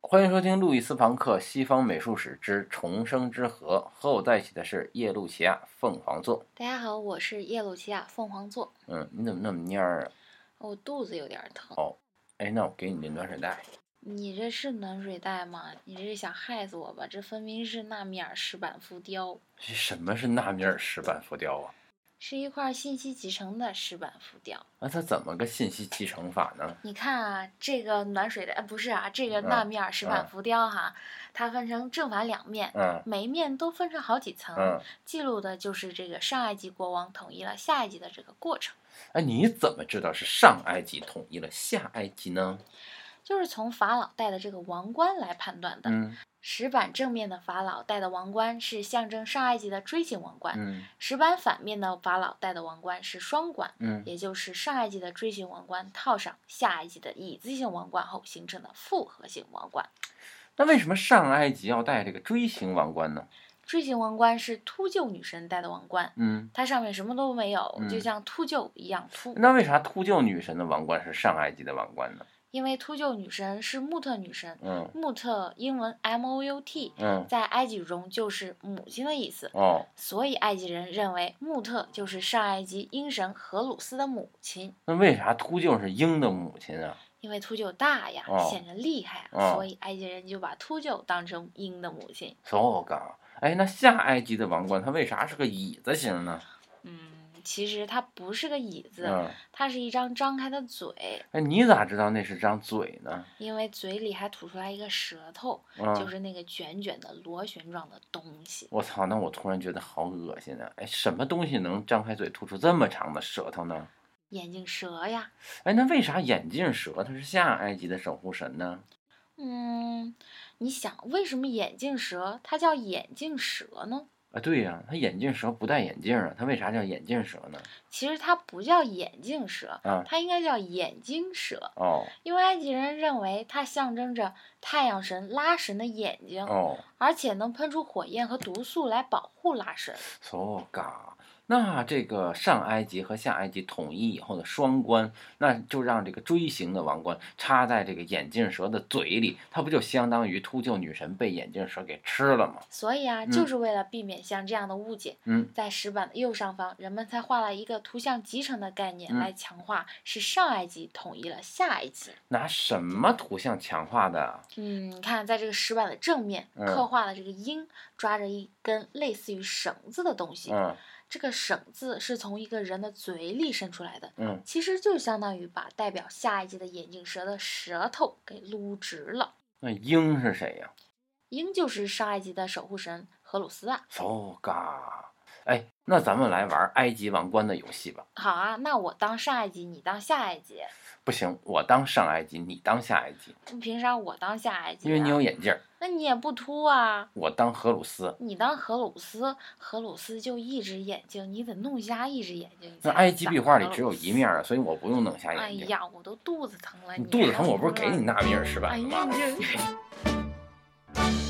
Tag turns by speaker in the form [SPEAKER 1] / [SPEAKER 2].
[SPEAKER 1] 欢迎收听《路易斯·庞克：西方美术史之重生之河》，和我在一起的是耶路齐亚啊凤凰座。
[SPEAKER 2] 大家好，我是耶鲁西亚啊凤凰座，哦
[SPEAKER 1] 嗯，你怎么那么蔫儿啊？
[SPEAKER 2] 我肚子有点疼。
[SPEAKER 1] 哎，那我给你这暖水袋。
[SPEAKER 2] 你这是暖水袋吗？你这是想害死我吧？这分明是纳米尔石板浮雕，
[SPEAKER 1] 什么是纳米尔石板浮雕啊？
[SPEAKER 2] 是一块信息集成的石板浮雕。
[SPEAKER 1] 那它怎么个信息集成法呢？
[SPEAKER 2] 你看啊，这个暖水袋、呃、不是啊，这个
[SPEAKER 1] 嗯
[SPEAKER 2] 纳米尔石板
[SPEAKER 1] 嗯
[SPEAKER 2] 浮雕哈，它分成正反两面，
[SPEAKER 1] 嗯
[SPEAKER 2] 每一面都分成好几层，
[SPEAKER 1] 嗯，
[SPEAKER 2] 记录的就是这个上埃及国王统一了下埃及的这个过程。
[SPEAKER 1] 哎，你怎么知道是上埃及统一了下埃及呢？
[SPEAKER 2] 就是从法老戴的这个王冠来判断的。
[SPEAKER 1] 嗯
[SPEAKER 2] 石板正面的法老戴的王冠是象征上埃及的锥形王冠，
[SPEAKER 1] 嗯
[SPEAKER 2] 石板反面的法老戴的王冠是双冠，
[SPEAKER 1] 嗯，
[SPEAKER 2] 也就是上埃及的锥形王冠套上下埃及的椅子形王冠后形成的复合型王冠。
[SPEAKER 1] 那为什么上埃及要戴这个锥形王冠呢？
[SPEAKER 2] 锥形王冠是秃鹫女神戴的王冠，
[SPEAKER 1] 嗯，
[SPEAKER 2] 它上面什么都没有，
[SPEAKER 1] 嗯
[SPEAKER 2] 就像秃鹫一样秃。
[SPEAKER 1] 那为啥秃鹫女神的王冠是上埃及的王冠呢？
[SPEAKER 2] 因为秃鹫女神是穆特女神，
[SPEAKER 1] 嗯
[SPEAKER 2] 穆特英文 M O U T，
[SPEAKER 1] 嗯
[SPEAKER 2] 在埃及语中就是母亲的意思。
[SPEAKER 1] 哦，
[SPEAKER 2] 所以埃及人认为穆特就是上埃及鹰神荷鲁斯的母亲，
[SPEAKER 1] 那为啥秃鹫是鹰的母亲啊？
[SPEAKER 2] 因为秃鹫大呀，
[SPEAKER 1] 哦
[SPEAKER 2] 显得厉害啊，
[SPEAKER 1] 哦
[SPEAKER 2] 所以埃及人就把秃鹫当成鹰的母亲。
[SPEAKER 1] so 嘎，哎，那下埃及的王冠它为啥是个椅子形呢？
[SPEAKER 2] 嗯，其实它不是个椅子，
[SPEAKER 1] 嗯，
[SPEAKER 2] 它是一张张开的嘴，
[SPEAKER 1] 哎，你咋知道那是张嘴呢？
[SPEAKER 2] 因为嘴里还吐出来一个舌头，
[SPEAKER 1] 嗯，
[SPEAKER 2] 就是那个卷卷的螺旋状的东西。
[SPEAKER 1] 我操，那我突然觉得好恶心啊！哎，什么东西能张开嘴吐出这么长的舌头呢？
[SPEAKER 2] 眼镜蛇呀，
[SPEAKER 1] 哎，那为啥眼镜蛇它是下埃及的守护神呢？
[SPEAKER 2] 嗯，你想为什么眼镜蛇它叫眼镜蛇呢？
[SPEAKER 1] 啊，对呀、它眼镜蛇不戴眼镜啊，它为啥叫眼镜蛇呢？
[SPEAKER 2] 其实它不叫眼镜蛇，
[SPEAKER 1] 啊，
[SPEAKER 2] 它应该叫眼睛蛇，
[SPEAKER 1] 哦
[SPEAKER 2] 因为埃及人认为它象征着太阳神拉神的眼睛，
[SPEAKER 1] 哦
[SPEAKER 2] 而且能喷出火焰和毒素来保护拉神。
[SPEAKER 1] ，so 哦嘎。那这个上埃及和下埃及统一以后的双冠，那就让这个锥形的王冠插在这个眼镜蛇的嘴里，它不就相当于秃鹫女神被眼镜蛇给吃了吗？
[SPEAKER 2] 所以啊，
[SPEAKER 1] 嗯
[SPEAKER 2] 就是为了避免像这样的误解，
[SPEAKER 1] 嗯，
[SPEAKER 2] 在石板的右上方，人们才画了一个图像集成的概念
[SPEAKER 1] 嗯
[SPEAKER 2] 来强化是上埃及统一了下埃及。
[SPEAKER 1] 拿什么图像强化的？啊
[SPEAKER 2] 嗯，你看，在这个石板的正面
[SPEAKER 1] 嗯
[SPEAKER 2] 刻画了这个鹰抓着一根类似于绳子的东西，
[SPEAKER 1] 嗯
[SPEAKER 2] 这个绳子是从一个人的嘴里伸出来的，
[SPEAKER 1] 嗯，
[SPEAKER 2] 其实就相当于把代表下一季的眼镜蛇的舌头给撸直了。
[SPEAKER 1] 那鹰是谁呀、
[SPEAKER 2] 鹰就是上一季的守护神荷鲁斯啊。
[SPEAKER 1] so 哦嘎。哎，那咱们来玩埃及王冠的游戏吧。
[SPEAKER 2] 好啊，那我当上一季，你当下一季，
[SPEAKER 1] 不行，我当上埃及，你当下埃及，
[SPEAKER 2] 那凭啥我当下一季、啊？
[SPEAKER 1] 因为你有，眼镜儿，
[SPEAKER 2] 那你也不秃啊。
[SPEAKER 1] 我当荷鲁斯。
[SPEAKER 2] 你当荷鲁斯，荷鲁斯就一只眼睛，你得弄瞎一只眼睛。
[SPEAKER 1] 那埃及壁画里只有一面
[SPEAKER 2] 儿。
[SPEAKER 1] 儿，啊所以我不用弄瞎
[SPEAKER 2] 哎
[SPEAKER 1] 眼睛。
[SPEAKER 2] 呀，我都肚子疼了，
[SPEAKER 1] 你肚子疼，我不是
[SPEAKER 2] 还
[SPEAKER 1] 给你纳米尔石
[SPEAKER 2] 哎
[SPEAKER 1] 板了
[SPEAKER 2] 呀，
[SPEAKER 1] 吗？
[SPEAKER 2] 你这。